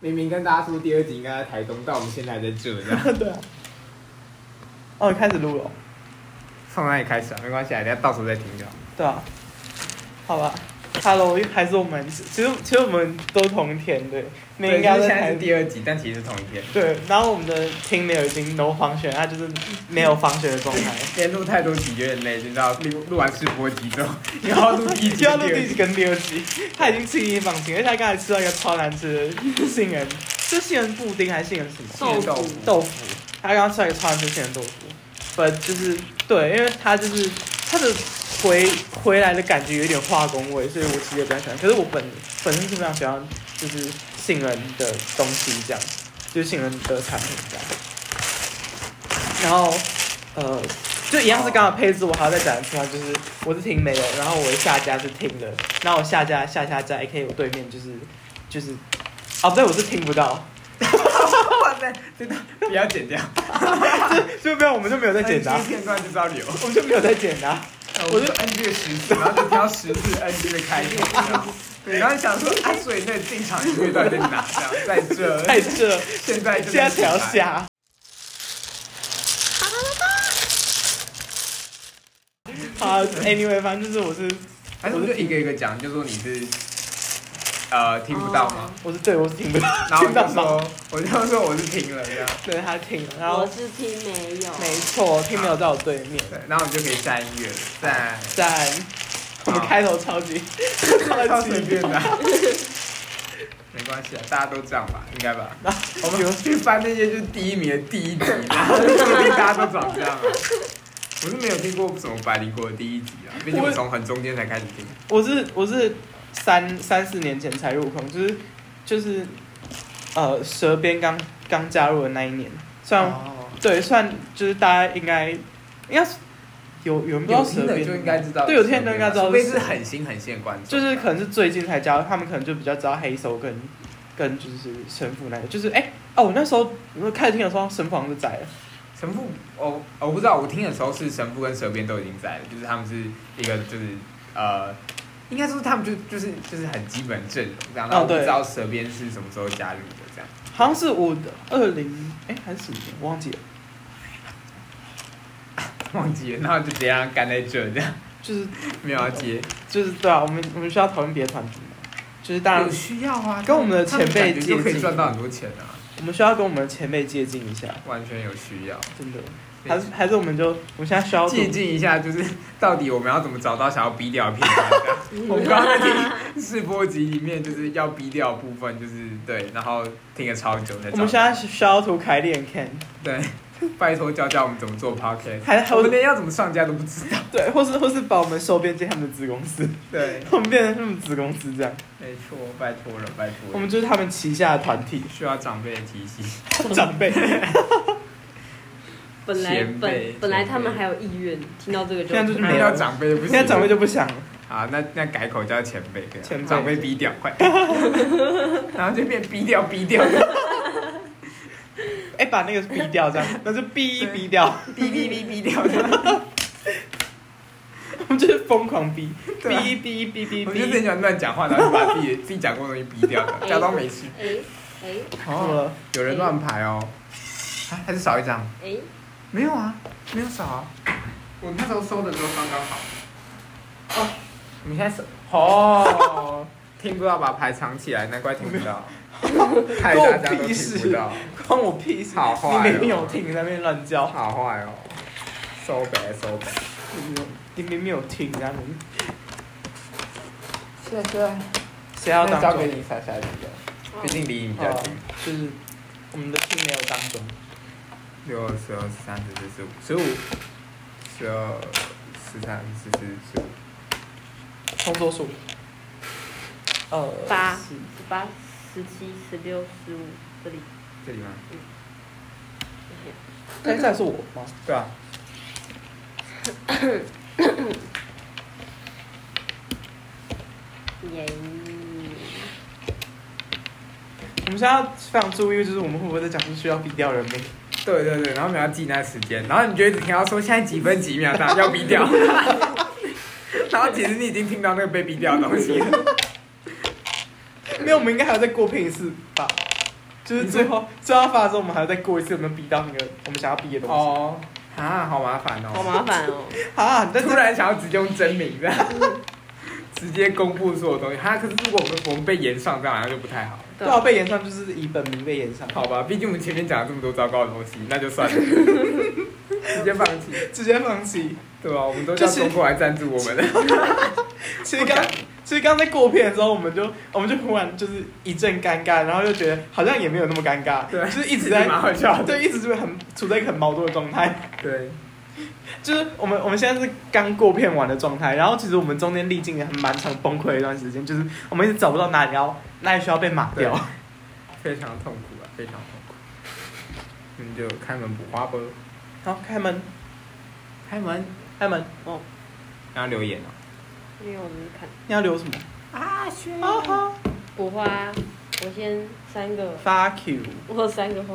明明跟大家说第二集应该在台东，但我们现在还在这这样。 对啊。哦，开始录了哦。 从哪里开始啊？没关系啊，等一下到时候再听就好。对啊。好吧。Hello，还是我们，其实其实我们都同一天对，那应对该就是现在台是第二集，但其实是同一天。对，然后我们的听没有已经 no 防选，他就是没有防选的状态。连录太多集有点累，你知道，录录完试播集之后， 又要录第一 集就要跟录第二第一集集。跟第二集，他已经吃一放情，而且他刚才吃到一个超难吃的杏仁，是杏仁布丁还是杏仁什么？豆腐豆腐，他刚刚吃了一个超难吃杏仁豆腐，不就是对，因为他就是他的回回来的感觉有点化工味，所以我其实也不太喜欢。可是我本本身是非常喜欢就是杏仁的东西这样，就是杏仁的产品这样。然后呃，就一样是刚刚的配置，我还要再讲一次啊，就是我是听没有，然后我的下家是听的，然后我下家下哎下家 A K 我对面就是就是，哦不对，我是听不到， 哇塞，真的不要剪掉，所以不然我们就没有在剪的啊、 NG 片段就是要留。我们就没有在剪的啊、我就 NG 了十次，然后就挑十次 NG 的开头这样。 对，然后想说，啊，所以那进场音乐到底在哪？这样在这，太热，现在就现在才要起来。下。好，Anyway，反正就是我是还是我们就一个一个讲，就说你是呃听不到吗？我是对我是听不到，然后我听到就吗？说， 我就说我是听了这样，对他听了，然我后是听没有，没错，听没有在我对面。对，然后我们就可以下音乐了，在赞，我们开头超级超超随级便的， 没关系啊，大家都这样吧，应该吧？我有们去翻那些就是第一名的第一集， 说不定大家都长这样啊。我是没有听过什么百灵果的第一集啊，毕竟我从很中间才开始听。我是我是三三四年前才入坑，就是就是呃蛇边刚刚加入的那一年，虽然、哦，对，虽然就是大家应该应该是有有人不知道有蛇听的边就应该知道，对，有听的就应该知道除是非蛇是很新很新的观众，啊就是可能是最近才加入，他们可能就比较知道黑手跟跟就是神父那个，就是哎、哦，我那时候我开始听的时候，神父好像是在了，神父，我我不知道，我听的时候是神父跟蛇鞭都已经在了，就是他们是一个就是呃，应该说他们就就是就是很基本阵容这样，哦然后我不对知道蛇鞭是什么时候加入的这样。好像是我的二零哎还是什么年，我忘记了，忘记了，然后就直接让他干在这这样，就是没有要接。就是对啊，我们我们需要讨论别的团体嘛，就是当然有需要啊，跟我们的前辈他们感觉就可借以鉴赚到很多钱啊，我们需要跟我们的前辈借鉴一下，完全有需要。真的，还是还是我们就我们现在需要借鉴一下，就是 到底我们要怎么找到想要逼掉的片段这样？ 我们刚刚在听试播集里面，就是要逼掉的部分，就是对，然后听了超久才找到。我们现在需要涂凯莉 and Ken，对，拜托教教我们怎么做 podcast，还还我们有连要怎么上架都不知 道。对，或是或是把我们收编进他们的子公司，对，我们变成他们子公司这样，没错，拜托了，拜我托们了，就是他们旗下的团体需要长辈的提醒。长辈。本来前辈本本来他们前辈还有意愿，听到这个就现在就是没听有到长辈不行，现在长辈就不想了，好，那那改口叫前辈，对啊前辈长辈逼掉， 快，然后就变逼掉逼掉，哎、把那个逼掉，这样，那就逼逼掉，逼逼逼逼掉。我们就是疯狂逼，对啊逼逼逼逼我就很逼，喜欢乱讲话，然后就把自己自己讲过的东西逼掉 的，假装没事。哎哎哦怎么，了？有人乱排哦，啊还是少一张？哎，没有啊，没有少啊。我那时候收的时候刚刚好。哦，你现在是哦，听不到把牌藏起来，难怪听不 到，害大家都听不到，关我屁事！好坏哦你明明有听，你在那边乱叫，好坏哦，收呗收呗。你明明有听，你在那边是是，谁要当交中给？你才下一个，毕竟离你比较哦近。，就是我们的听没有当中，六、十二、十三、十四、十五、十五，十二、十三、十四、十五。从左数，呃，八是十八、十七、十六、十五这里，这里吗？但现在是我吗？对啊。耶！我们现在要非常注意，就是我们会不会在讲出需要逼掉人名？对对对，然后我们要记那时间，然后你就一直听到说现在几分几秒，大家要逼掉。 然后其实你已经听到那个被逼掉的东西了。没有，我们应该还要再过拼一次吧？就是最后最后发的时候，我们还要再过一次，有没有逼到那个我们想要逼的东西？哦，啊，好麻烦好哦。麻烦哦。 啊，你在突然想要直接用真名这样，直接公布所有东西。哈，可是如果我们我们被延上，这样好像就不太好。都啊要啊被延上，就是以本名被延上，好吧，毕竟我们前面讲了这么多糟糕的东西，那就算了， 直接放弃，直接放弃。对啊吧、我们都叫就是中国来赞助我们了。其实刚其实刚在过片的时候，我们就我们就忽然就是一阵尴尬，然后又觉得好像也没有那么尴尬，对就是一直 其在实蛮好笑的对，一直就是很处在一个很矛盾的状态。 对，就是我们我们现在是刚过片完的状态，然后其实我们中间历经了很漫长崩溃的一段时间，就是我们一直找不到哪里要哪里需要被码掉。非常痛苦啊，非常痛苦。那你就开门补花吧，好，开门，开门，开门，哦然后留言哦。因为我们看你要留什么？啊，轩啊哈补花，我先三个， ，fuck you，我有三个花。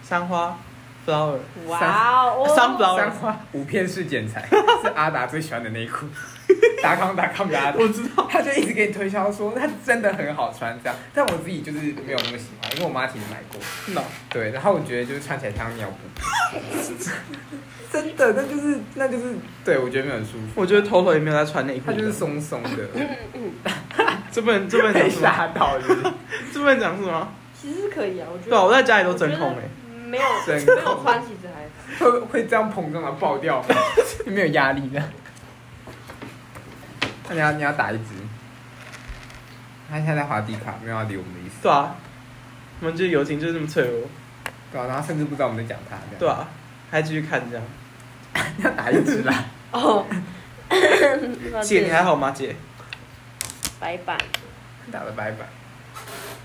三花，flower，哇哦， sunflower 三花五片式剪 裁是阿达最喜欢的内 裤，达康达康的阿达，我知道，他就一直给你推销说它真的很好穿这样，但我自己就是没有那么喜欢，因为我妈其实买过， no，对，然后我觉得就是穿起来像尿布， 真的，那就是那就是，对我觉得没有很舒服，我觉得 Toto 也没有在穿内裤它的，就是松松 的，这不能这不能被讲什么？吓到是不是这不能讲什么？其实可以啊，我觉得。对啊，我在家里都真空哎、没有真没有空穿，其实还好。会 会这样膨胀的爆掉，没有压力的。那你要你要打一支，他现在在滑地卡，没有要理我们的意思，对啊，我们就是友情就是这么脆弱，对啊，然后他甚至不知道我们在讲他，这样对啊，还继续看这样。你要打一支啦， 哦，姐，你还好吗？姐，白板，打了拜拜。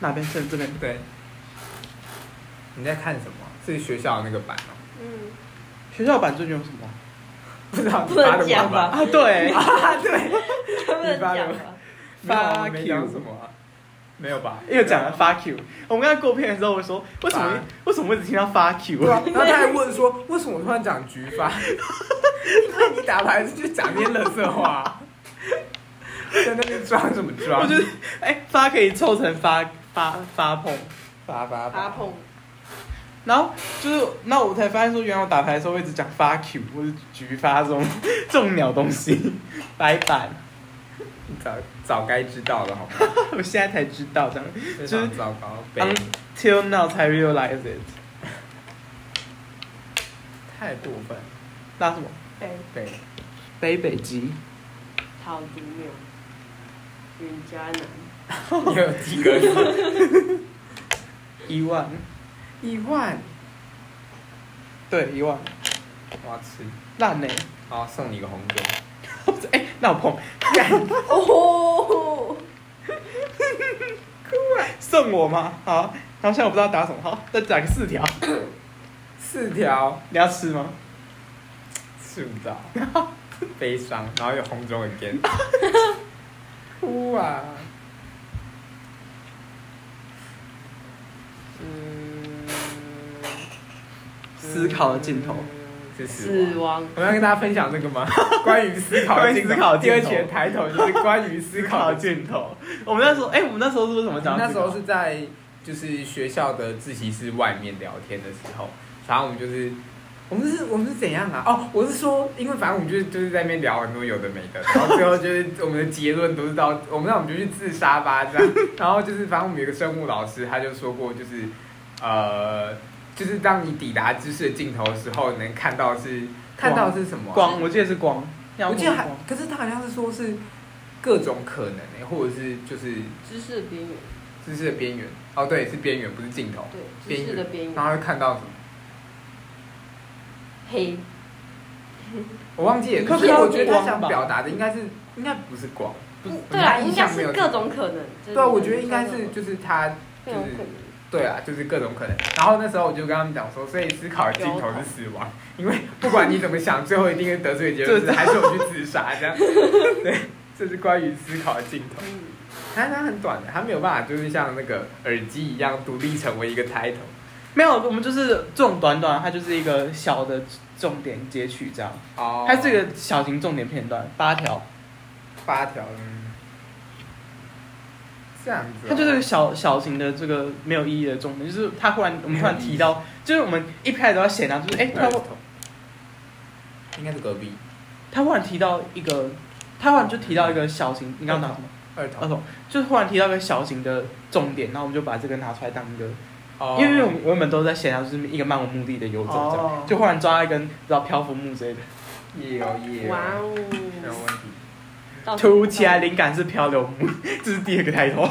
哪边？这这边。对，你在看什么？啊是学校的那个版哦、嗯，学校版最近有什么？不知道你不能发的讲网吧？啊，对， 啊，对，能不能讲你发没有啊了？Fuck 没讲 you 什么啊、没有吧？又讲了 fuck you。我们刚才过片的时候，我说为什么为什么我一直听到 fuck 对啊 you？，然后他还问说，为什么我突然讲菊花？ 那你打牌就讲那些垃圾话， 在那边装什么装？ 我觉得哎发可以凑成发发发碰。发发阿发，碰，然后就是，那我才发现说，原来我打牌的时候会一直讲 fuck you 或者菊发这种 这种鸟东西， 白板，你早早该知道了好吗？我现在才知道这样。非是常糟糕，被 Until now 才 realize it。太过分，那什么？对， 被北北基。好毒牛，云嘉南，你有几个字？一万， 一万，对，一万，我要吃，烂呢、 好送你一个红包。哎、那我碰，哦，送我吗？好，然后现在我不知道打什么，好，再打个四条，四条你要吃吗？吃不到， 悲伤，然后又红肿 again，哭啊！嗯，思考的尽头，是死死亡。亡，我们要跟大家分享这个 吗？关于思考的关于镜头，思考的第二镜头节抬头就是关于思考的镜尽头。我们那时候，哎、我们那时候是为什么头。讲那到这时个？候是在就是学校的自习室外面聊天的时候，然后我们就是。我们是，我们是怎样啊？哦，我是说，因为反正我们就是就是在那边聊很多有的没的，然后最后就是我们的结论都是到，我们那我们就去自杀吧这 样。然后就是反正我们有个生物老师，他就说过，就是呃，就是当你抵达知识的尽头的时候，能看到是看到是什么啊、光，我记得是光，我我记得还，可是他好像是说是各种可能、欸，或者是就是知识的边缘，知识的边缘。哦，对，是边缘，不是尽头。对，知识的边然缘，后会看到什么？黑，我忘记了。可可是是它我觉得他光想吧表达的应该是，应该不是光。不是对啊，我应印该象没有是各种可能，就是对啊，我觉得应该是各就是他就种是可能，对啊，就是各种可能。然后那时候我就跟他们讲说，所以思考的尽头是死 亡，因为不管你怎么想，最后一定会得出的结论是对还是我去自杀 这样。对，这是关于思考的尽头。嗯，但它很短的，它没有办法就是像那个耳机一样独立成为一个 title。没有，我们就是这种短短，它就是一个小的重点截取这样，哦它是一个小型重点片段，八条。八条，嗯，这样子哦、它就是个小小型的这个没有意义的重点，就是他忽然我们突然提到，就是我们一开始都要闲聊，就是哎、他忽应该是隔壁他忽然提到一个，他忽然就提到一个小型，你刚刚讲什么？二儿头，童，就是忽然提到一个小型的重点，然后我们就把这个拿出来当一个，哦因为我们原本都在闲聊，就是一个漫无目的的游走这样，哦就忽然抓到一根，然后漂浮木之类的。也哦有也有，哇没有哦！问题。哦到突如其来灵感是漂流木，这是第二个开 头。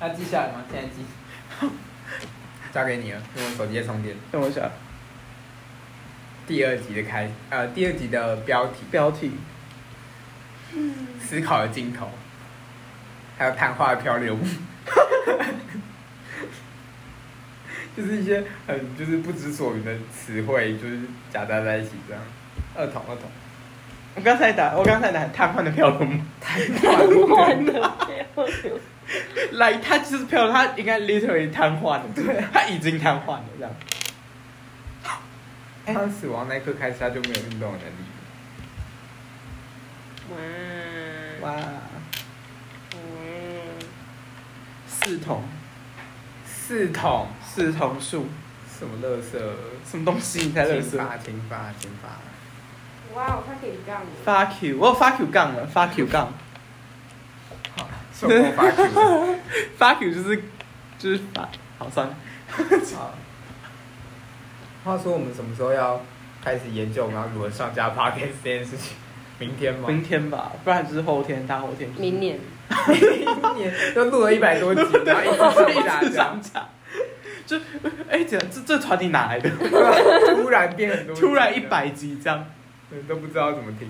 那记下来吗？现在记。 交给你了，用我手机在充电。等我一下，第二集的开，呃，第二集的标题标题“思考的尽头”，还有谈话的漂流木， 就是一些很就是不知所云的词汇，就是夹杂在一起这样。二筒二筒，我刚才打，我刚才打瘫痪的漂流木， 瘫痪的漂流，来，他就是漂流，他应该 literally 瘫痪了，对，他已经瘫痪了这样。他死亡那一刻开始，他就没有运动的能力了。哇哇，哇！四桶，四筒四桶树，什么乐色？什么东西？你才乐金色发金发金发，哇哦，他可以杠我， ？fuck you，我有 fuck you 杠了，fuck you 杠好，受过发球。 ，fuck you 就是就是发，好算了，好话说我们什么时候要开始研究我们要如何上架 podcast 这件事情？明天吗？明天吧，不然就是后天，大后天。明年明天都录了一百多集，然后一直上一架直这涨样，价，就哎，这这这团体哪来的？突然变很多，突然一，百集这样，都不知道怎么听。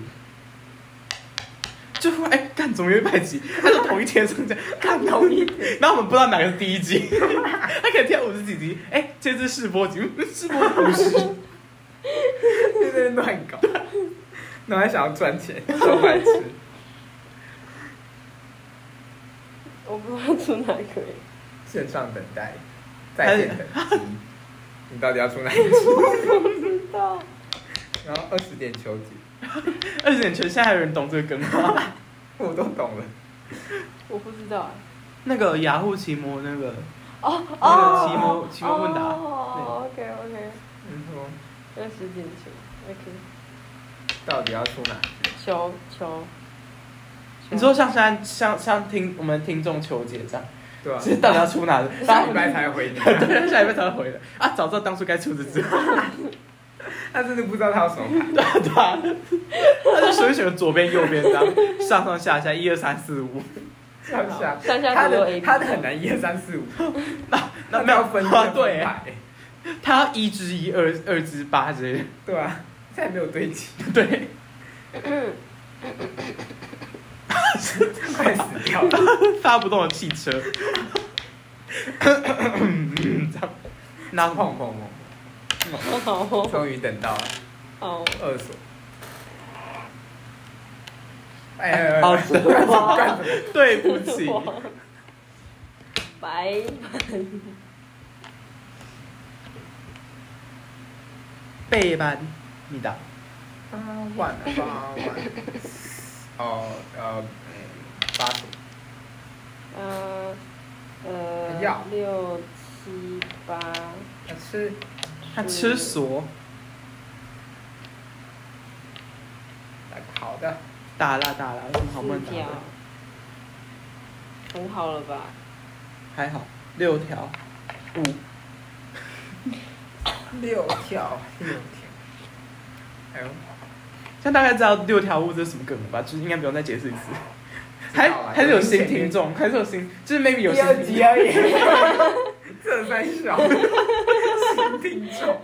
就忽然哎，干怎么有一百集？他是同一天上架，干同一天，然后我们不知道哪个是第一集， 他可能跳五十几集，哎，这次试播集，嗯试播五十，就在那边乱搞，然后还想要赚钱，收白痴。我不知道出哪个人，线上等待，在线等级，你到底要出哪一集？不知道。然后二十点求解，二十点全现在还有人懂这个梗吗？我都懂了。我不知道啊。那个雅虎奇摩那个，哦那哦个，奇摩奇摩问答哦，OK OK，你说二十点球，OK，到底要出哪一集？球球。你 说像现在像像听我们听众求解这样，对啊，其实到底要出哪个？上礼拜才回你。 对，下一辈才会回的啊！早知道当初该出这只，他真的不知道他要什么牌。对啊对啊，他就随选左边右边这样，上上下下一二三四五，上下，上下他左右的 A 他的很难一二三四五，那没没有有分啊对欸，牌，他要一之一二二之八之类的，对啊，现在没有对齐，对， 快死掉了。发不动的汽车，这样，那砰砰砰！好哦终于等到了好哦，二手。哎哎哎！好哎的，哇对不起，哇 白背吧，你打，八万八万，哦呃八组，呃呃要六七八他吃他嗯吃锁好的，打啦打啦，有什么好四问打条的？，很好了吧？还好，六条，五六条六条，哎呦，现在大概知道六条悟这是什么梗了吧？就是应该不用再解释一次。还知道啊还是有新前面听众，还是有新，就是 maybe 有第新二听集啊众。而已， 这算小， 新听众，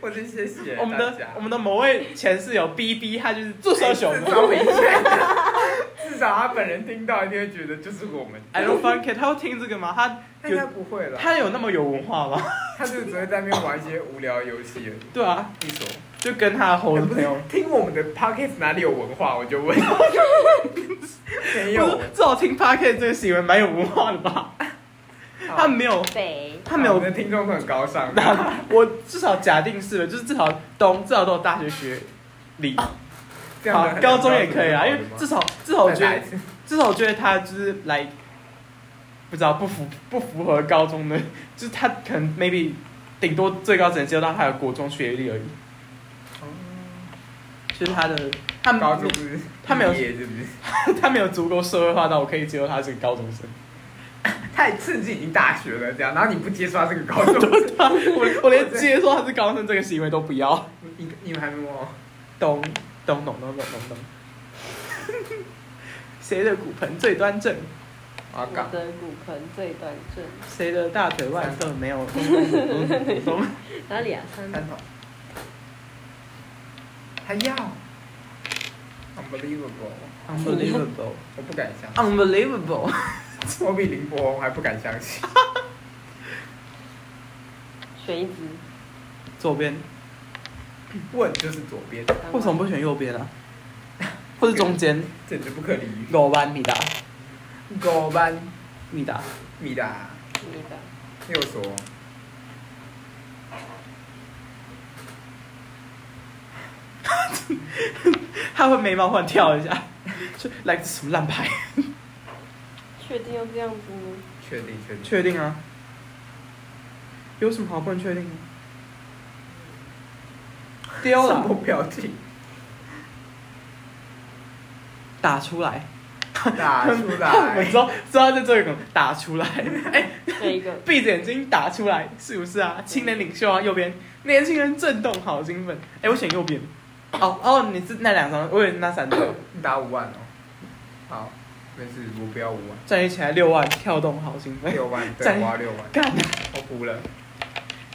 我真谢谢我们大的家我们的某位前室友 B B，他就是做小至熊少。明确的， 至少他本人听到一定会觉得就是我们， I don't fuck it，他会听这个吗？他哎他应该有不会了，他有那么有文化吗？他就只会在那边玩一些无聊游戏而已。对啊，你说，就跟他的猴我子朋友，听我们的 podcast 哪里有文化，我就问，没我有说，至少听 Parket 这个行为蛮有文化的吧？啊他没有北他没有我们的听众都很高尚，我至少假定是了，就是至少东至少都有大学学历，啊这样好子很高中也可以啊，因为高至尚少至少我再觉打得一次至少我觉得他就是来不知道不符不符合高中的， 就是他可能 maybe 顶多最高只能接受到他有国中学历而已，就是他的他高中没不是他没有毕业是不是？ 他没有足够社会化到我可以接受他是个高中生。 太刺激已经大学了，这样，然后你不接受他是个高 中生，我我连接受他是高中生这个行为都不要，你你们还没摸？哦懂懂懂懂懂懂 懂。谁的骨盆最端正？我要搞我的骨盆最端正，谁的大腿外侧没 有隆隆隆隆隆隆？哪里啊？三三头，还要，unbelievable， Unbelievable, 我不敢相 unbelievable。信，我比林柏宏还不敢相信。选一只。左边，问就是左边，为什么不选右边啊？ 或是中间？简直不可理喻。狗班米达，狗班米达，米达你的？右手，他会眉毛忽然跳一下， 就来这什么烂牌？确定要这样子吗？确定确定。确定啊？有什么好不能确定的？丢什了么，表情？打出来。打出我来知。道，知道在这个打出来， 哎，选一个。闭着眼睛打出来，是不是啊？青年领袖啊，右边，年轻人震动，好兴奋。哎，我选右边。哦哦，你是那两张，我以为那三张。你打五万哦。好，没事，我不要五 万，站立起来六万，跳动，好兴奋。六万，对，再我要六万，干，我服了。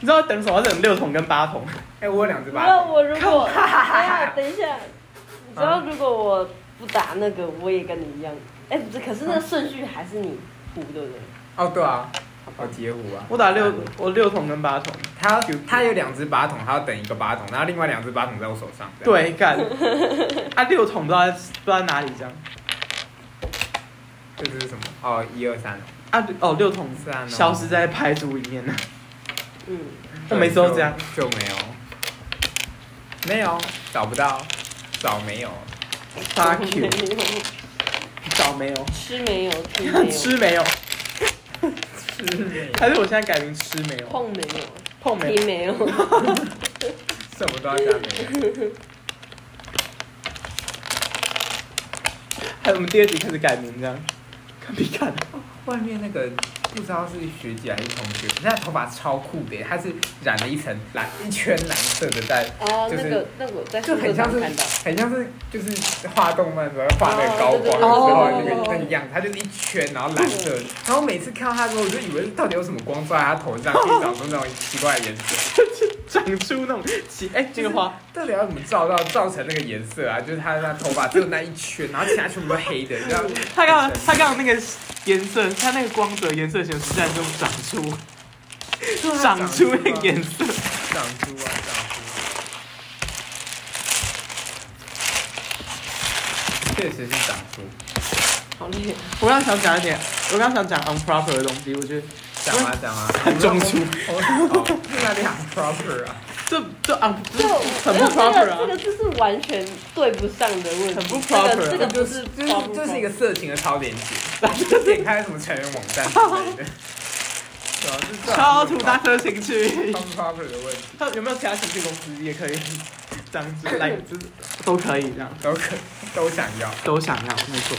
你知道等什么？等六桶跟八桶。哎，我有两只没有，八我如果……哎呀，等一下，你知道如果我不打那个，我也跟你一样。哎，不是，可是那顺序还是你胡，对不对？哦，对啊，我截胡啊。我打六，我六桶跟八桶。他要他有两只八桶，他要等一个八桶，然后另外两只八桶在我手上。这样，对， 干。啊，六桶不知道在不知道在哪里这样。这是什么？哦，一二三，啊，哦，六桶是啊消失在牌组里面了。嗯，我每次都这样就，就没有，没有找不到，找没有， Fuck you，找没有， 吃没有，听没有，吃没有。是没有，还是我现在改名吃没有，碰没有，碰没有，听没有，什么都要加没有。还有我们第二集开始改名这样，看比看，外面那个不知道是学姐还是同学，那头发超酷的耶，她是染了一层蓝一圈蓝色的在，哦，就那是个那个我在就书很桌像上是看到，很像是就是画动漫的时候画那个高光的时候那哦对对对对个对那个样子，她就是一圈然后蓝色的，然后每次看到她的时候，我就以为到底有什么光照在她头上，可以长出那种奇怪的颜色。长出那种奇哎、这个花到底要怎么照到造成那个颜色啊？就是他那头发只有那一圈，然后其他全部都黑的， 然后它刚好它刚好那个颜色，它那个光泽颜色显示在这种长出， 长出那个颜色，长出啊长出，确实是长出。好累啊，我刚刚想讲一点，我刚刚想讲 unproper 的东西，我觉得讲啊讲 啊，中出我们我们哦是哪里很 proper 啊？这这 un 这我 很没不有这 proper 个这啊个，就是完全对不上的问题，很不这个 proper 啊 这个不是就 proper 是就是一个色情的超连接，就点开什么成人网站之类 的。对啊，就是这超种土大车情趣，很 proper 的问题它有没有其他情趣公司也可以 长出来，就是都可以这样。都可都想要。都想要，没错。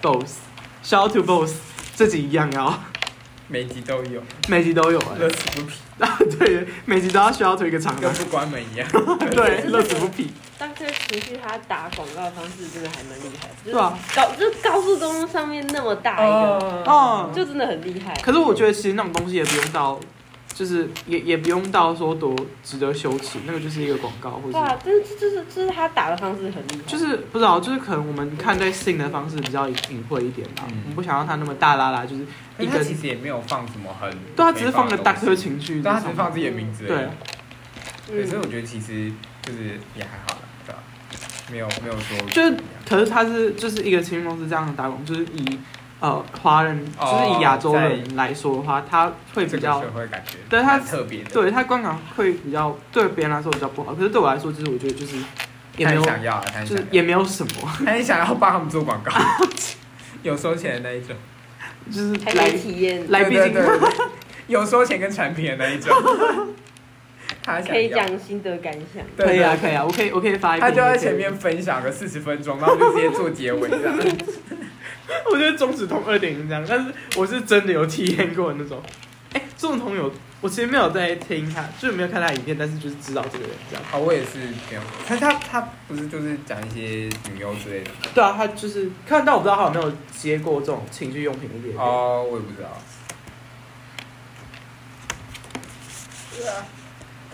Boss, shout to boss，这集一样要， 每集都有，每集都有 哎、乐此不疲，啊，对，每集都要需要推一个长跟，的不关门一哦样。对，乐此不疲。但这个情绪他打广告的方式真的还蛮厉害的，就是对啊高就是高速公路上面那么大一个，哦嗯就真的很厉害。可是我觉得其实那种东西也不用到，就是也也不用到说多值得羞耻，那个就是一个广告，或对啊者，但是就是就是他打的方式很厉害，就是不知道，就是可能我们看待性的方式比较隐晦一点吧，嗯我们不想让它那么大拉拉，就是因为一他根其，实也没有放什么很，对啊，只是放个大车车，情绪，对啊他只是啊放自己的名字而已。对，对，所以嗯，我觉得其实就是也还好啦，对吧？没有没有说就是，可是他是就是一个情绪公司这样的打工，就是以呃华人，就哦是以亚洲人来说的话，他这会比个较社，会感觉对他蛮特别的，对他观感会比较对别人来说比较不好，可是对我来说，就是我觉得就是也他没很有，想要啊，他很就想是要，也没有什么， 他很想要帮他们做广告，有收钱的那一种，就是还来没体验，来必对经对对，对有收钱跟产品的那一种。他想可以要讲心得感想。对 可以啊，对可以啊，我可以，我可以发一他篇。就在也可以前面，分享个四十分钟，然后就直接做结尾这样。 我觉得中指通二点零这样，但是我是真的有体验过那种。哎、中指通有，我其实没有在听他，就是没有看他的影片，但是就是知道这个人这样。哦，我也是这样。可是他他不是就是讲一些女优之类的？对啊，他就是看到我不知道他有没有接过这种情趣用品的业配。哦，我也不知道。对啊，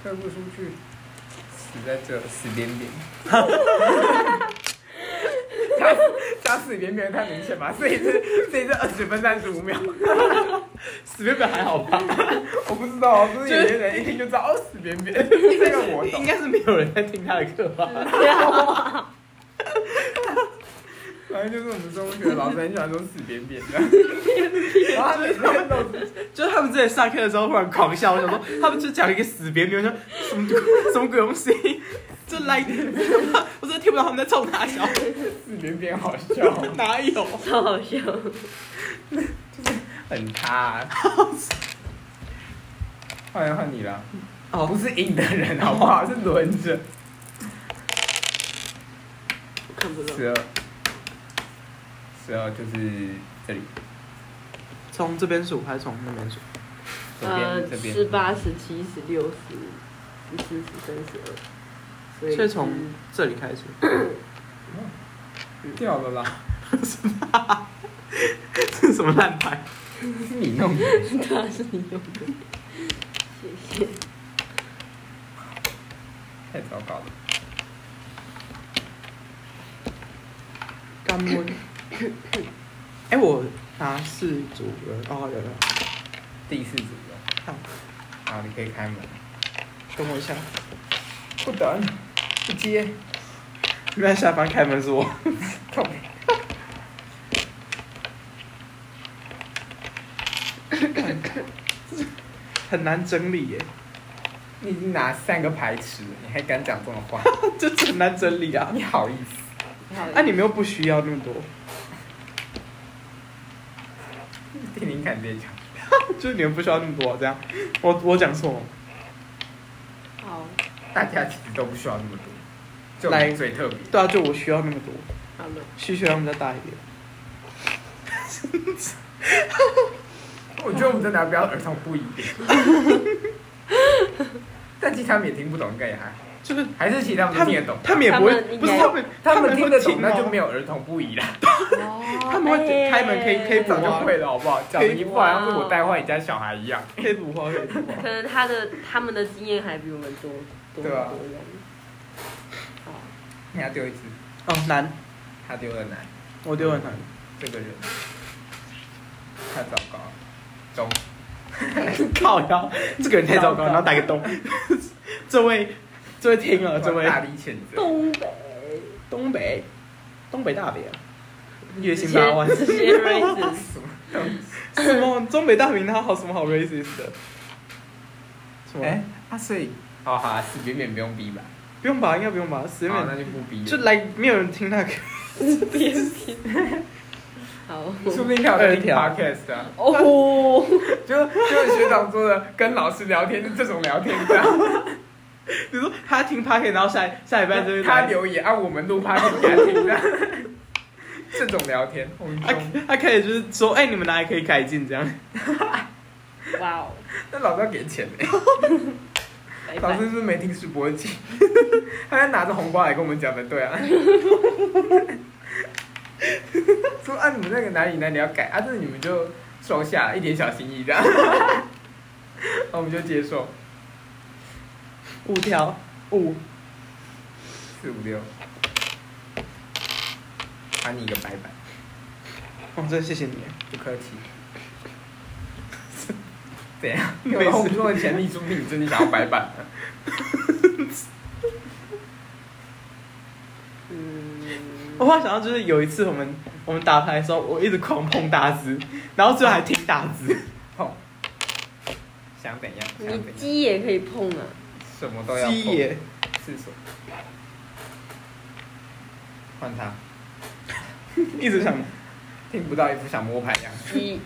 推不出去，死在这，死扁 扁。他他死扁扁太明显吧？这一次这一次二十分三十五秒，死贝贝还好吧？我不知道，不是有些人一听就知道哦，死扁扁，这个我懂应。该是没有人在听他的课吧？反正就是我们中学老师很喜欢说死扁扁 的，然后他每天都就是他们之前上课的时候忽然狂笑，我想说他们就讲一个死别名，我说什么什么鬼东西，就 like，我真的 听不到他们在冲他笑，死扁扁好笑，哪有？ 超好笑，很塌、啊。换人换你了，哦不是赢的人好不好？是轮着。我看不到，十二，十二就是这里，从这边数还是从那边数？左边、呃，这边。十八、十七、十六、十十四、十三、十二，所以所以从嗯这里开始，掉了啦， 这 是什么烂牌？是你弄的。 当嗯啊然是你用的，谢谢。太糟糕了。干温。 哎、我拿四组了，哦，有了，第四组了，好，好，你可以开门。等我一下，不等，不接，没在下班开门是我。 痛。很难整理耶， 你已经拿三个牌尺了，你还敢讲这种话？这很难整理啊！你好意思？ 啊，你们又不需要那么多，听听看这一场。就是你们不需要那么多，啊这样，我我讲错了，好大家其实都不需要那么多，就来你最特别。对啊，就我需要那么多，好了，需求量比较大一点。我觉得我们真的要不要儿童不 宜点？但其实他们也听不懂，应该也还好。就是还是其实他们他都听得们懂，，他们也不他会们，应不是该他们，他们们听得懂，啊会哦那就没有。有儿童不宜啦。 他哦们哎会开门可以可以早就会了，好不好？讲的一副好像是我带坏你家小孩一样。可以补花，可以补可能他的他们的经验还比我们多多对啊多人。好，你要丢一次， 哦，难，他丢了难，我丢很难。这个人太糟糕了。中，靠腰，这个人太糟糕，然后打个洞。 这位，这位听了，这位大力谴责。东北东北，东北大别啊，月直薪接八万。直接 raises，什么中北大名他好什么好 racist 的？什 么？哎，啊，所以，好好啊，死扁扁不用逼吧？不用吧，应该不用吧，十好，那就秒不逼了。就来，没有人听那个。 别提。好说不定他有在听二 podcast 啊，哦，就 就学长说的，跟老师聊天是这种聊天，这样。比如说他听 p a r k 然后下下礼拜就会他来，留言，按我们录 podcast 给他听，这样。这种聊天，我们他中他开始就是说，哎、你们哪里可以改进这样？哇哦，那老师要给钱欸拜老拜师。是不是没听世博集？ 他在拿着红包来跟我们讲的，对啊。说啊，你们那个哪里哪里要改啊，这你们就收下一点小心意这样。然后我们就接受五条五，四五六，喊你一个拜拜，哦，真的谢谢你，不客 气。怎样？没没事有工作的潜力，说不定你真的想要白板 呢。嗯，我忽然想到就是有一次我们我们打牌的时候，我一直狂碰大字，然后最后还听大字，碰，哦想怎样？想你怎样？鸡也可以碰啊，什 么都要碰。鸡也是什么？换他，一直想听不到一副想摸牌一样。鸡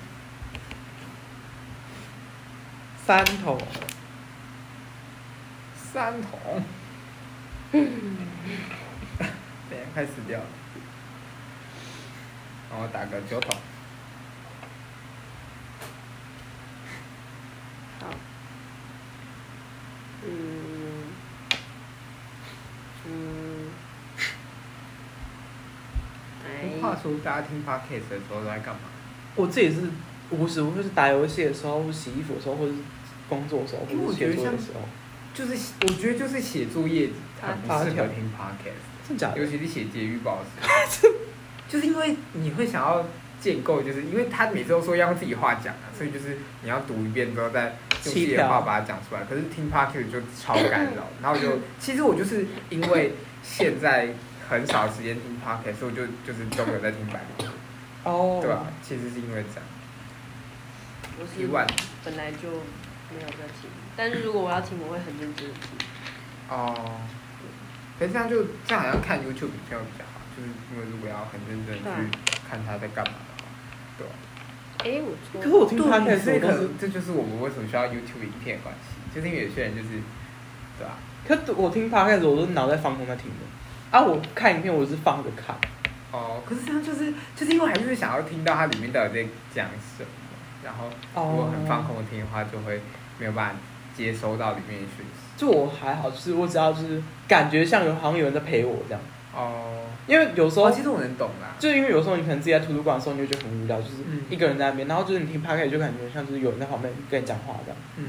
三头，三 桶。等一下快死掉了。让我打个九桶。好，嗯，嗯，话哎，说大家听 podcast 的时候都在干嘛？我自己是无时无刻是打游戏的时候，或者洗衣服的时候，或者是工作的时候，因为或我者觉写得作像的时候，就是我觉得就是写作业很不适合听 podcast，真假的尤？其是写捷运报时候，就是因为你会想要建构，就是因为他每次都说要用自己话讲啊，所以就是你要读一遍之后再用自己的话把它讲出来。可是听 podcast 就超干扰，然后我就其实我就是因为现在很少时间听 podcast，所以我就就是都没有在听百灵果，哦，对吧、啊其实是因为这样。我一万是本来就没有在听，但是如果我要听，我会很认真地听。哦，可是这样就这样好像看 YouTube 比较比较好，就是因为如果要很认真地对啊去看他在干嘛的话，对啊吧、哎，我可是我错，听 podcast 所以我可都是啊能，这就是我们为什么需要 YouTube 影片的关系，就是因为有些人就是，对啊吧、可我听 podcast 我都是脑袋放空在听的。啊，我看影片我是放着看，哦，可是这样就是就是因为我还是想要听到它里面到底在讲什么，然后如果很放空的听的话，就会没有办法接收到里面的讯息。就我还好，就是我只要就是感觉像有好像有人在陪我这样，哦，因为有时候哦，其实我能懂啦。就是因为有时候你可能自己在图书馆的时候，你就觉得很无聊，就是嗯一个人在那边，然后就是你听 podcast 就感觉像就是有人在旁边跟你讲话这样。嗯，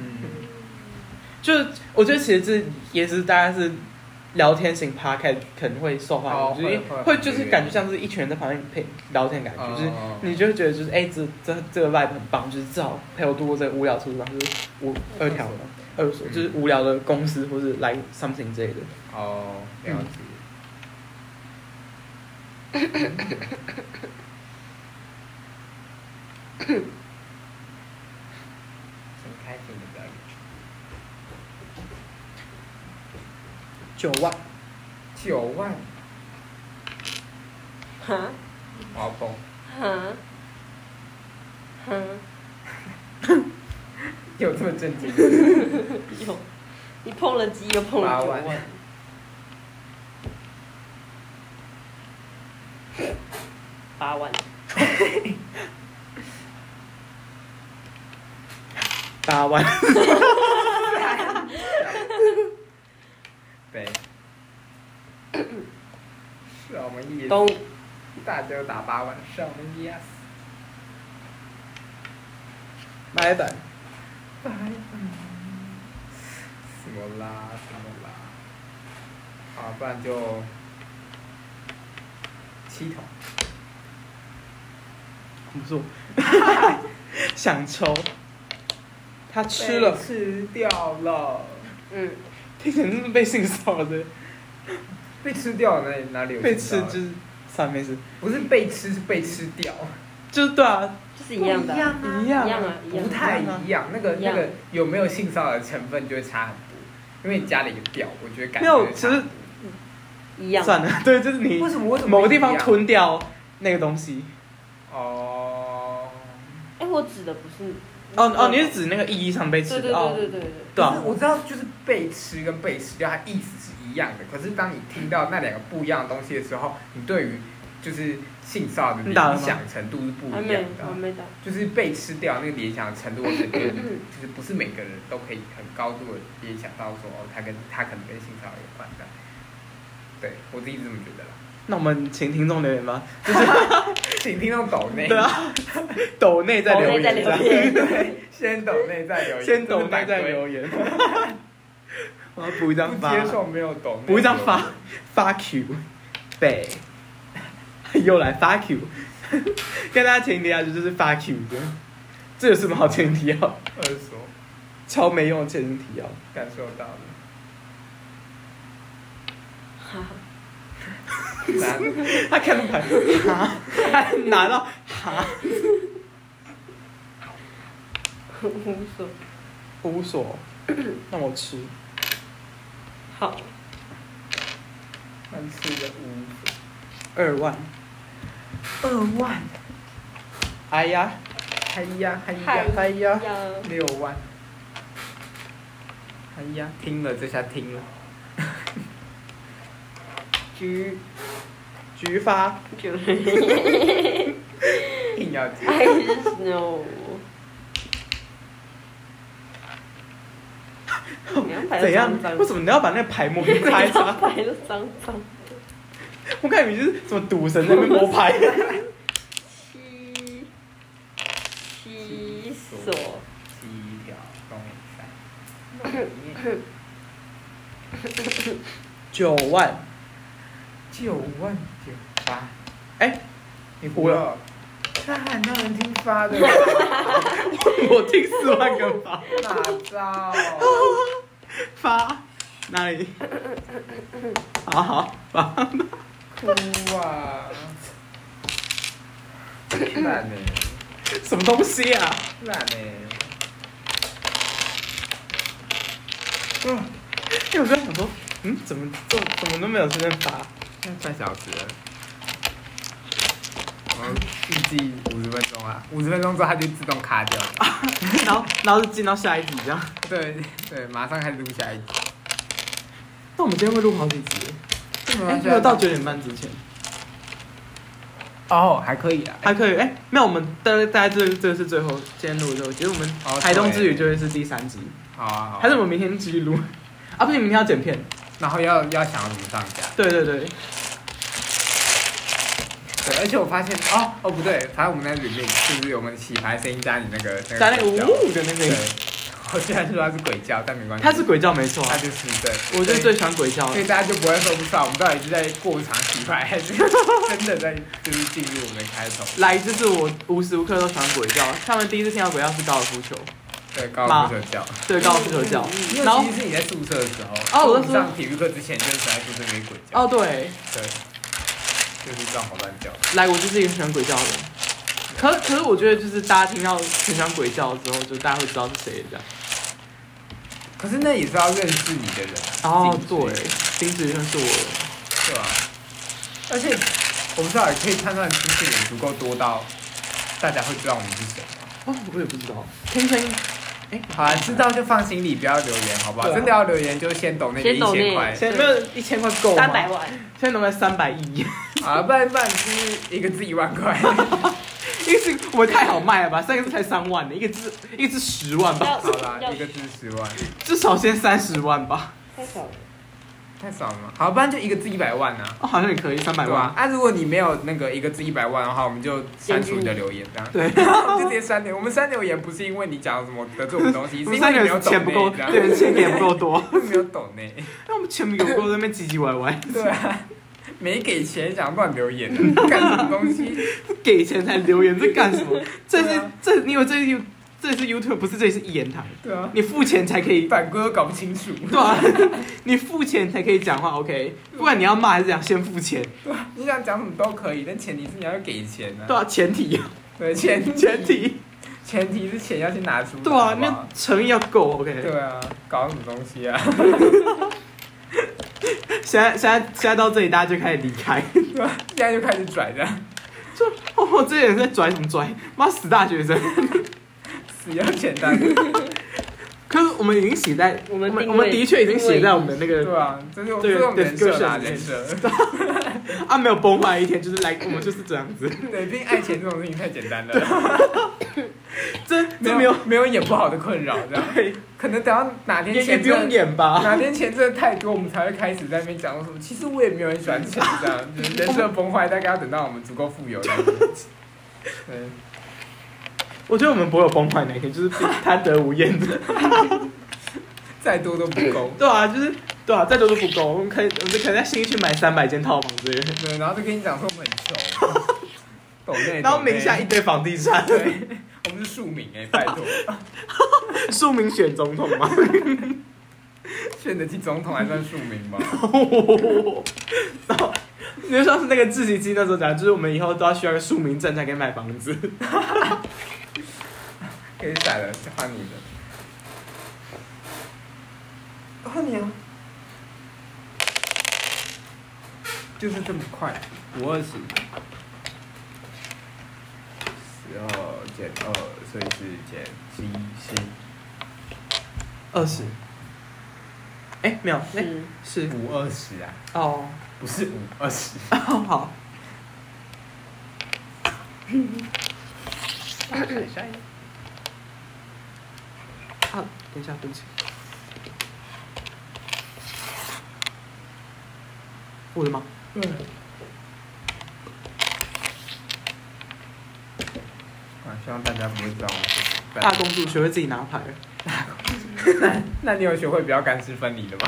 就是我觉得其实这也是大概是聊天型 podcast 可能会受欢迎，哦就是因为会会会就是感觉像是一群人在旁边陪聊天的感觉，就是哦你就会觉得就是哎、这这这个 vibe 很棒，就是至少陪我度过这个无聊图书馆，就是无二条嘛，二所就是无聊的公司或是来 something 之类的。哦，了解。 很开心的表演。九万，九万，哈我要疯。哈哈，有这么震惊？有，你碰了鸡又碰了九八万万，八万，八 万，对。是啊我们意懂。大家都打八万，是我们 yes。拜拜。拜拜。什么啦？什么啦？啊，不然就七桶。不错， 想抽，他吃被了，吃掉了，嗯，听起来真是被性骚扰的，被吃掉了哪哪里有被吃吃到就是算没事，不是被吃，是被吃掉，就是对啊，就是一样的啊，一样一样啊，一样不太一样。那个一那样个有没有性骚扰的成分就会差很多，因为你加了一个掉，我觉得感没有觉其差很实多。一样。啊算了， 对，就是你为什么为什么某个地方不一样吞掉那个东西。哦，哎，我指的不是。哦哦，你是指那个意义上被吃对？对的哦对对对对对。可对啊是，我知道就是被吃跟被吃掉，它意思是一样的。可是当你听到那两个不一样的东西的时候，你对于就是性骚扰的你打了联吗想程度是嗯不还一样没，的还。没到。 就是被吃掉那个联想的程度，我觉得就是不是每个人都可以很高度的联想到说，哦，他跟他可能跟性骚扰有关的。对我自己是这么觉得啦，那我们请听众留言吧。请听众抖内，啊对啊， 抖内再留在言，留言，对，先抖内再留言，先抖内再言，留言。 我要补一张不发，接受没有抖内，补一张发发 Q，对， 又来发 Q，跟大家前提要求就是发 Q 的，这有什么好前提要？二说超没用的前提要。感受到了，哈三他看到牌，哈， 他拿到哈，无所我无所，让我吃。好，三次的五二万，二万，哎呀，嗨呀嗨嗨呀哎呀，要六万，哎呀，听了这下听了，菊菊发，就是硬要接。 I just know。两百怎样脏脏？为什么你要把那个牌抹 平擦一擦两？百都脏脏。我感觉你就是什么赌神在那边摸牌。七七所第一条公仔，九万，九万九八，哎，你哭了？，那很多人听发的， 我听四万个发哪招？发哪里？好好发，哭啊！烂呢、什么东西啊？烂欸呢、嗯，因为我刚想说，嗯，怎么怎么怎么都没有出现发？现在半嗯小时了，我们预计五十分钟啊，五十分钟之后它就自动卡掉啊了。然后然后就进到下一集这样。对对，马上开始录下一集。那我们今天会录好几集，啊哎，没有到九点半之前，哦，还可以啊。还可以。哎，没有，我们大概大概这这是最后今天录的最后一集，其实我哦们台东之旅就会是第三集，好啊好啊。还是我们明天继续录？啊，不行，明天要剪片。然后要要想要怎么上架。对对对，对，而且我发现哦哦不对，反正我们在里面就是我们洗牌声音加你那个那个加那个鬼叫呜的那哎对个，，我虽然说它是鬼叫，但没关系，它是鬼叫没错啊它，就是对，我就是所最以喜欢鬼叫所了以。大家就不会说不知道我们到底是在过场洗牌，还是 真的在就是进入我们的开头。来，就是我无时无刻都喜欢鬼叫。他们第一次听到鬼叫是高尔夫球，对，高尔夫球叫。对高尔夫球叫。因然为后其实是你在宿舍的时候，哦我在在宿上体育课之前就是在宿舍里面鬼叫，哦，对，对，就是这样好乱叫。来，我就是一个喜欢鬼叫的人。可可是我觉得就是大家听到很喜欢鬼叫之后，就大家会知道是谁这样。可是那也是要认识你的人啊，哦，进去对，丁子轩是我的。对啊，而且我们至少也可以判断资讯也足够多到大家会知道我们是谁。哦，我也不知道，听声音。哎，好啊，知道就放心里，不要留言，好不好？对啊真的要留言就先抖那个先一抖千内块现在没有一千块够吗？三百，万，现在能不能三百亿？ 啊，不然不然就是一个字一万块，一个是我们太好卖了吧？三个字才三万的，一个字一个字十万吧，要好啦，要一个字十万，至少先三十万吧。太少了，太少了吗？好，不然就一个字一百万啊，哦，好像也可以，三百对万吧。？啊，如果你没有那个一个字一百万的话，我们就删除你的留言，这样。对。啊我们就直接删留，我们删留言不是因为你讲什么得罪我们东西，我是因为们三你个没有人抖钱不够，内，这对，样钱也不够多，没有抖内。那我们钱不够，在那边唧唧歪歪，对啊，没给钱想乱留言的， 干什么东西？给钱才留言，这干什么？这对是啊这，你以为这是 You 这是 YouTube，不是这里是一言堂，对啊，你付钱才可以，犯规都搞不清楚。对啊， 你付钱才可以讲话，OK？不管你要骂还是讲，先付钱，你想讲什么都可以，但前提是你要给钱啊。对啊，前提对，前前提，前提是钱要先拿出来。对啊好，不那好诚意要够，OK？对啊，搞什么东西啊？ 现在现在现在到这里，大家就开始离开， 对啊，现在就开始拽的，就哦，这些人在拽什么拽？妈死大学生！死要简单。可是我们已经写在，我我们们定我们位的确已经写在我们的那个对啊，这是我对这是我们人设啦， description 人设。 啊，没有崩坏一天，就是来我们就是这样子，对，毕竟爱钱这种事情太简单了， 这这没有，没有演不好的困扰，这样对，可能等到哪天也也钱不真的用演啊吧。哪天钱真的太多，我们才会开始在那边讲说什么。其实我也没有很喜欢钱这样，就是人设崩坏，大概要等到我们足够富有才会。对，我觉得我们不会有崩坏那一天，就是贪得无厌的。再多都不够。 对啊，就是对啊，再多都不 够，我们可以我们可能在新义去买三百间套房之类的，对，然后就跟你讲说我们很穷，懂内，然后抖内名下一堆房地产， 对，我们是庶民哎、拜托，庶民选总统嘛。选得起总统还算庶民吗？然后你就像是那个自习机那时候讲，就是我们以后都要需要一个庶民证才可以买房子。可以改了，换你的，换你啊，就是这么快，五二十，十二减二，所以是减七十，二十，哎，没有，哎，是是五二十啊，哦，不是五二十。 好，啊，等一下，对不起，我的吗？对。啊，希望大家不会知道我是笨大公主学会自己拿牌了， 那你有学会不要干湿分离了吗？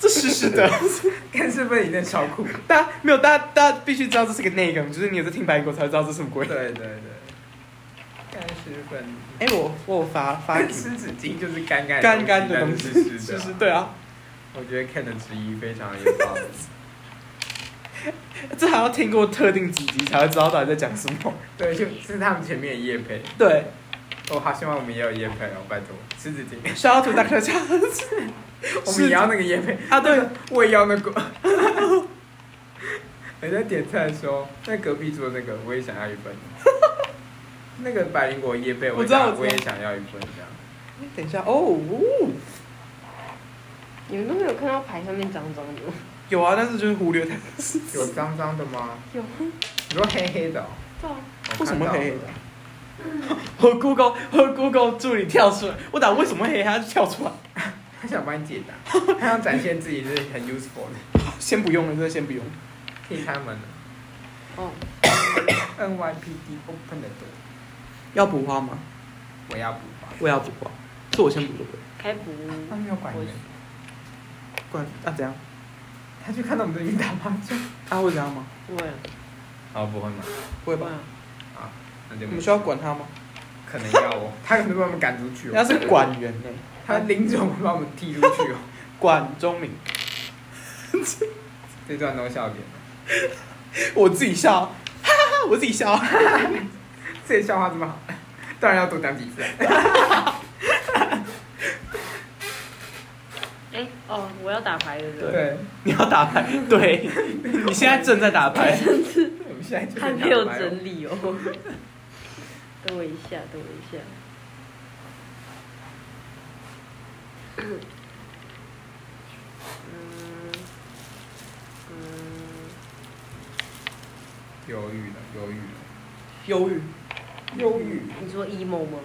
这是 是的。干湿分离真的超酷。大家没有，大家大家必须知道这是个内梗，就是你有在听白狗才会知道这是什么鬼对。对对，干湿分离。哎、我我有发发干湿纸巾就是干干 干干的的东东西西，但是，湿是湿是，的。对啊，我觉得 Ken 的质疑非常有道理。 这还要听过特定几集才会知道到底在讲什么。对，就是他们前面的叶配，对，我好希望我们也有叶配哦，拜托，湿纸巾，小要图大客家我们也要那个叶配，啊，对，我也要那个。 人在点菜的时候，那隔壁桌那个我也想要一 份，那个百灵果叶配，我也知道想我知道我也想要一份这样。等一下哦哦，你们都没有看到牌上面脏脏的吗？有啊，但是就是忽略它。有脏脏的吗？有啊，你说黑黑的、哦？对啊，为什么我看到了哦黑黑的？和 Google 和 Google 助理跳出来，我打为什么黑它就跳出来，他想帮你解答，他想展现自己是很 useful 的，先不用了，真的先不用。替他们。哦， NYPD open the door，要补花吗？我要补吧。我也要补花，是我先补的吧，开补。他没有管人，管啊怎样？他就看到我们在那边打麻将。啊会怎样吗？不会啊，哦，不会吗？不会不吧会？啊，啊，那就我没们需要管他吗？可能要哦，他可能把我们赶出去他哦，是管员欸呢、他临走会把我们踢出去哦。管钟明， 这段都笑点，我自己笑，哈哈哈，我自己笑。这些笑话这么好， 当然要多讲几次啊。哎，哦，我要打牌的，对不对？对，你要打牌，对，你现在正在打牌， 我们现在就还没有整理哦。等我一下，等我一下。嗯嗯，犹豫了，犹豫了，忧郁，忧郁。你说 emo 吗？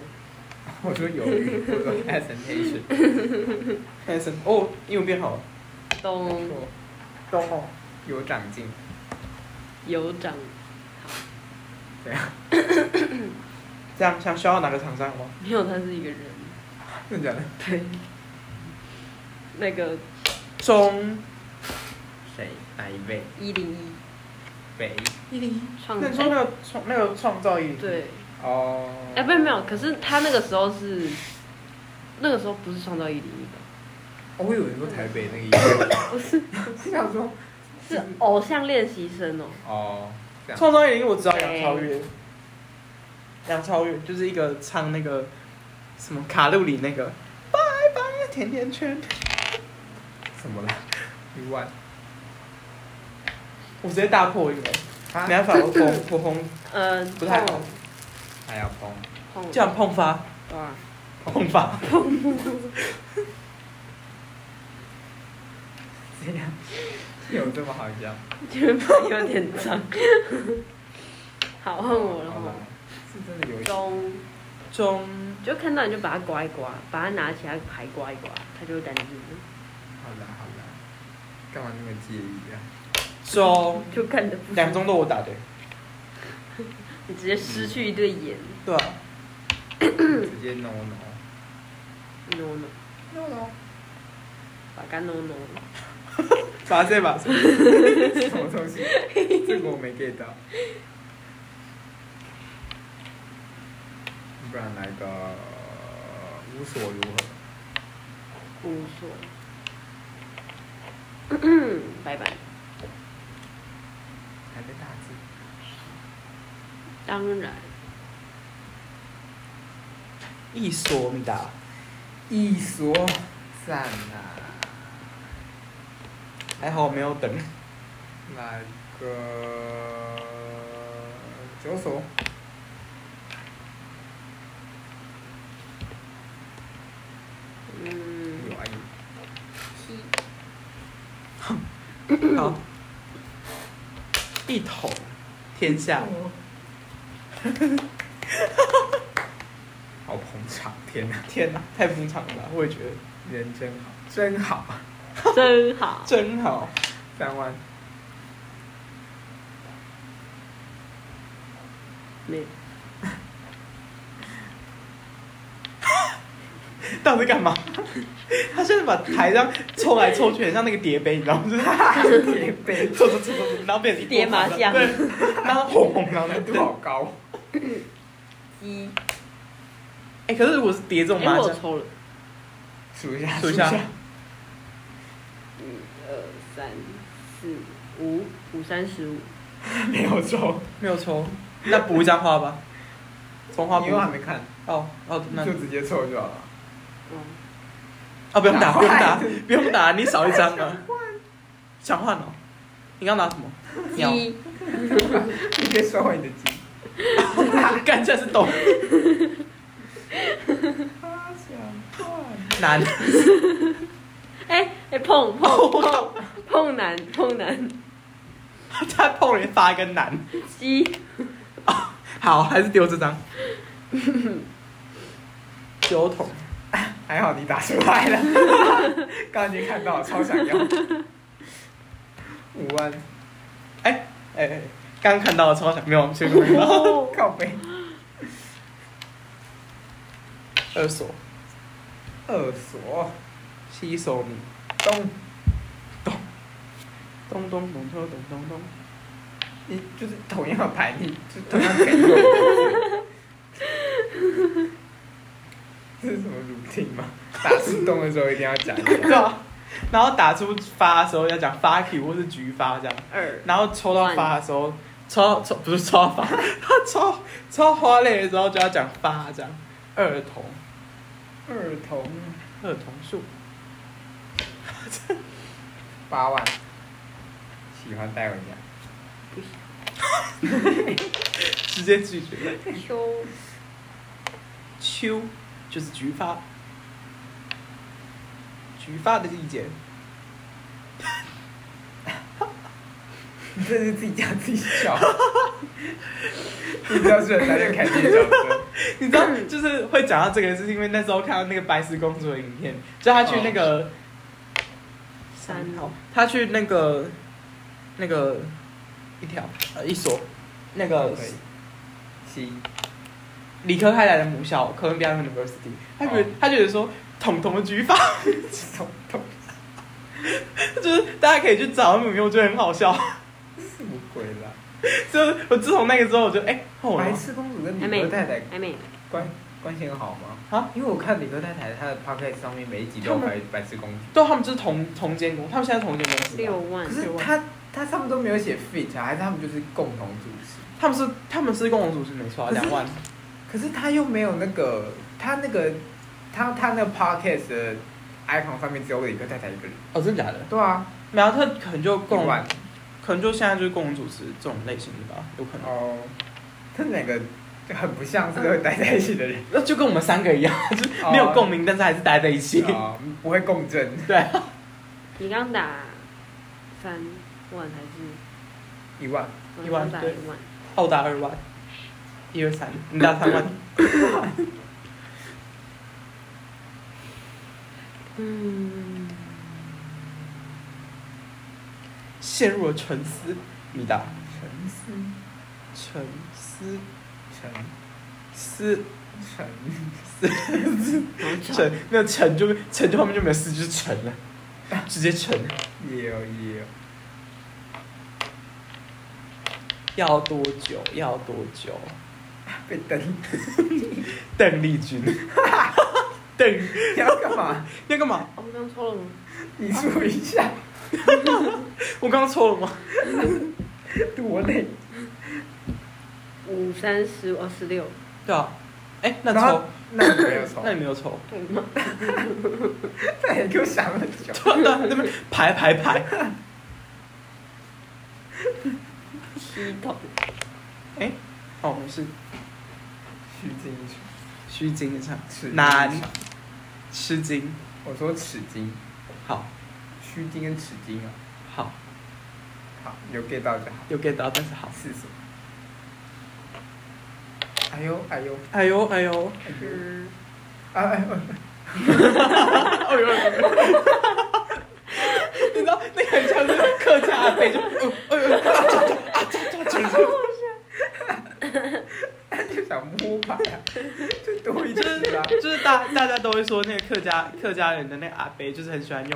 我说犹 豫，我说 hesitation。还是哦，英文变好了，懂，错，懂哦。有长进，有长。对啊，这样想需要哪个厂商吗？没有，他是一个人。真的假的？对，那个中，谁？哪一位？一零一北一零一创那你说那个创那个创造力，对，哦。哎、没有没有，可是他那个时候是，那个时候不是创造一零一吧？哦我以为你说台北那个意思，不是，我想说是偶像练习生哦。哦，这样创造力，我知道杨超越，杨超越就是一个唱那个什么卡路里那个，拜拜甜甜圈，什么啦？一万，我直接大破音了，没办啊，法，我红我红呃，不太 好，还要碰，碰我这样碰发对啊，碰发。这样有这么好笑？前面 有点脏。好，换我了好啦哈。是真的有一中，中就看到你就把它刮一刮，把它拿起来牌刮一刮，它就会干净了，好啦好啦，干嘛那么介意啊？中就看得不两中都我打对，你直接失去一对眼。对啊，直接 no no no no，嗯 no no，把它 no no。把这把这什么东 西？这个我没 get 到。不然来个无所如何，无所。 拜拜。还在大字，当然，一所米达，一所赞啊！还好我没有等。那个九所，嗯，好，一统天下，好捧场，天哪，天哪，太捧场了吧，我也觉得人真好，真好，真好。真好。三万，没有到底在干嘛？ 他现在把台上抽来抽去，很像那个叠杯，你知道吗？叠 杯，抽抽抽抽，然后变成一叠麻将对，然后 轰轰，然后那难个度灯好高，一，哎、可是如果是叠这种哎、麻我将，抽了数一下，数一下，一二三四五五三十五，没有错，没有抽，那补一张花吧，从花补你。又还没看，哦哦，那就直接凑就好了。嗯，哦不用打，打不用打坏，不用打，你少一张啊。想换哦，你刚拿什么？鸟，一你可以收回你的鸡。 干这是懂他想难。 哎哎、碰碰碰碰男碰男他碰人发一个难。鸡，好，还是丢这张。 酒桶，还好你打出来了，刚刚已经看到了，超想要。五万，哎哎哎，刚看到了超想，没有，谁都没有。靠背， 二手，二锁吸手米，东，咚咚咚咚咚咚咚。你就是同样的牌，你就同样可以用。这是什么 routine 吗？打出洞的时候一定要讲一下。 对啊，然后打出发的时候要讲发 Q 或是菊发这样，二然后抽到发的时候，抽到抽不是抽到发，他抽抽到花类的时候就要讲发这样。二童，二童二童树，八万，喜欢戴维尼亚。不直接拒绝。行，秋秋就是菊发，菊发的季节。你这是自己讲自己笑，你知道是人家就开自己笑 声。你知道，就是会讲到这个，是因为那时候看到那个白雪公主的影片，就她去那个。哦三好，他去那个那个一条呃一所那个可以七理科开来的母校科伦比亚 University，他觉得、哦他觉得说统统的举法， 痛痛就是大家可以去找他们，我觉得很好笑。 什么鬼啦？就是我自从那个之后，我就哎、后来白痴公主跟理科太太还没关关系很好吗？啊，因为我看理科太太她的 podcast 上面每一集都有白白痴公主，对他们就是同同间公，他们现在同间公司六吧，万可，是她她上面都没有写 fit 啊，还是他们就是共同主持？他们是他们是共同组织没错啊，可是两万可是她又没有那个她那个她她那个 podcast 的 icon 上面只有理科太太一个人。哦，真的假的？对啊，苗特可能就共一万可能就现在就是共同组织这种类型的吧，有可能。哦，他们两个就很不像是会待在一起的人，那就跟我们三个一样，哦就是 没有哦共鸣，但是还是待在一起。啊，不会共振。对啊，你刚打三万还是一万，一万我刚打对一万？ 澳打二万，一二 三，你打三万，嗯，陷入了沉思。你打沉思，沉思沉思沉， 好巧沉，那沉就沉就后面就没有思，就是沉 了，直接沉。也有也有，要多久？要多久？被灯，邓丽君， 邓你要干嘛？要干嘛？哦我刚抽了吗？你数一下，我刚刚错了吗？多累。五三十五二十六，对啊，哎，那然后抽，那你没有抽那，你没有 抽。对吗？ 那你给我想很久。对啊对啊，那边排排排，七 筒，哎，哦，我们是虚惊一场，虚惊一下，吃难吃惊，我说齿惊，好，虚惊跟齿惊啊，好，好，有 get 到就好。有 get 到，但是好。是什么？哎呦哎呦哎呦哎呦，哎呦！嗯，啊哎呦！哦呦，你知道那个很像是客家阿伯，就哦哎呦，啊这这这这，他就哎想摸吧， 就多一啊就点啦。是就是大大家都会说那个客家客家人的那个阿伯，就是很喜欢用，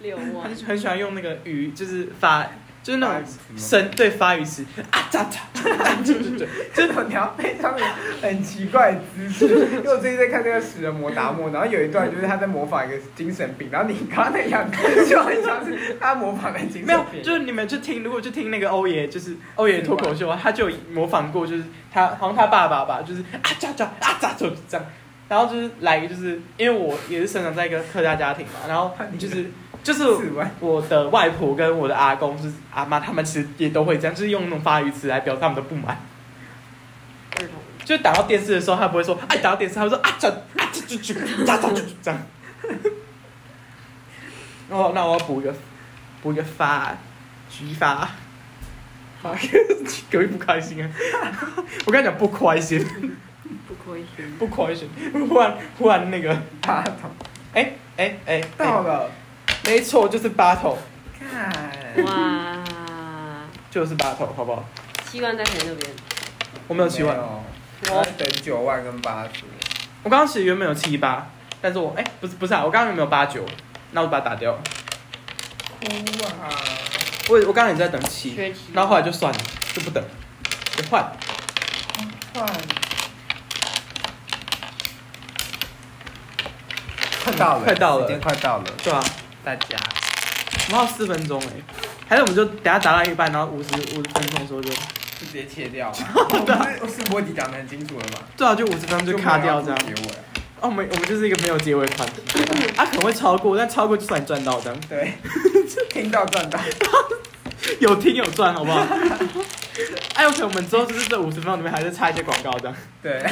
六万很。很喜欢用那个语，就是发，就是那种种声对发语词啊喳喳，对对对，这种你要配上很奇怪的姿势，因为我最近在看那个《食人魔达摩》，然后有一段就是他在模仿一个精神病，然后你刚刚那样就很像是他模仿的精神病。没有，就是你们去听，如果去听那个欧爷，就是欧爷脱口秀啊，他就有模仿过，就是他好像他爸爸吧，就是啊喳喳啊喳喳就是这样，然后就是来就是因为我也是生长在一个客家家庭嘛，然后就是就是是吧？我的外婆跟我的阿公就是阿妈，他们其实也都会这样，就是用那种发语词来表达他们的不满。儿童。就打到电视的时候，他不会说哎打到电视，他会说啊喳啊喳就就喳喳就这样。哦，那我要补一个补一个发菊发，好，隔壁不开心啊！我跟你讲不开心，不可以。不开心，忽然忽然那个大头哎哎哎，到哎了，没错，就是 battle，看哇，就是 battle，好不好？七万在谁那边？我没有七万没。有我在等九万跟八十。我刚刚其实原本有七八，但是我哎、不是不是啊，我刚刚原本有八九，那我就把它打掉了。哭啊！我我刚刚也在等七缺七，然后后来就算了，就不等，就换。换，快到了，快到了时间快到了，对啊，大家我们还有四分钟哎、还是我们就等下打到一半，然后五十五十分钟的时候就，就直接切掉吧。我是是波迪讲的很清楚了嘛，对啊，就五十分钟就卡掉这样就。没有要做结尾了。哦，我们我们就是一个没有结尾款的，啊可能会超过，但超过就算你赚到这样，对，听到赚到。有听有赚好不 好？哎，有可能我们之后就是这五十分钟里面还是插一些广告这样，对，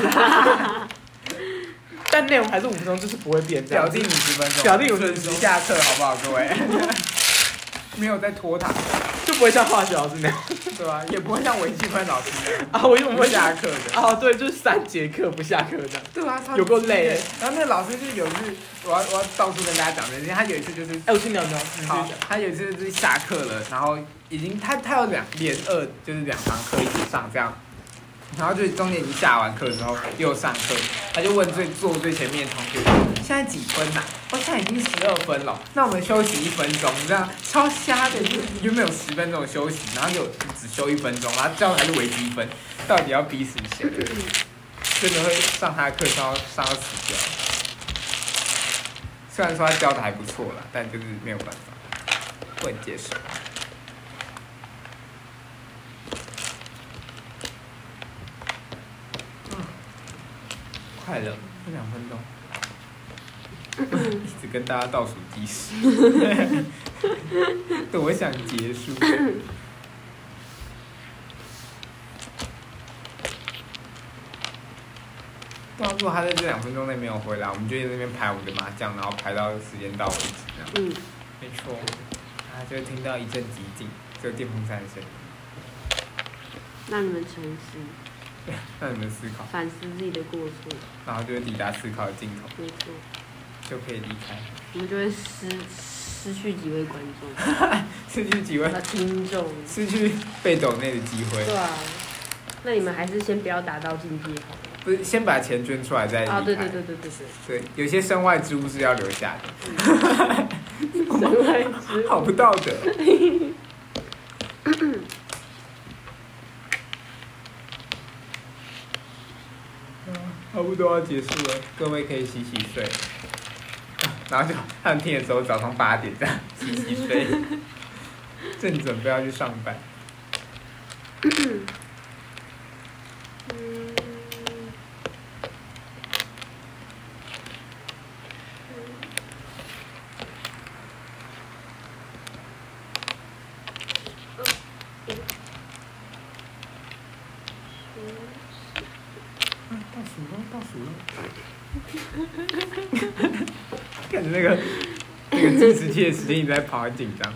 但内容还是五分钟，就是不会变这表样。定五十分钟，表定50分钟准时下课好不好，各位？没有在拖堂，就不会像化学老师那样对吧、也不会像微积分老师那样啊，我我不们想下课的。哦，对，就是三节课不下课这样。对啊，超级有够累激烈。然后那老师就是有一次，我要我要到处跟大家讲这件事，他有一次就是哎，我去尿尿，你好继续，他有一次就是下课了，然后已经他他有两连二就是两堂课一起上这样，然后就是中间已经下完课之后又上课，他就问最坐最前面的同学现在几分呐、我、现在已经十二分了，那我们休息一分钟，这样超瞎的，就是原本有十分钟的休息，然后就只休一分钟，然后最后还是微积分，到底要逼死谁？真的会上他的课上到上到死掉。虽然说他教的还不错啦，但就是没有办法。不能接受。嗯快了，剩两分钟， 一直跟大家倒数计时， 多想结束。对啊，如果他在这两分钟内没有回来，我们就在那边排我们的麻将，然后排到时间到为止，这样。嗯，没错，啊，就听到一阵寂静，就电风扇的声音。让你们沉思，让你们思考，反思自己的过错，然后就会抵达思考的尽头，没错，就可以离开。 我们就会失失去几位观众失去几位，和听众。 失去被抖内的机会对，啊，那你们还是先不要达到境界好了。不是先把钱捐出来再离开。啊，对对对对对对，对有些身外之物是要留下的， 神外之好不道德。嗯差不多要结束了，各位可以洗洗睡，然后就他们听的时候早上八点这样洗洗睡，正准备要去上班。嗯，倒数了，倒数了。看着那个那个计时器的时间一直在跑，很紧张。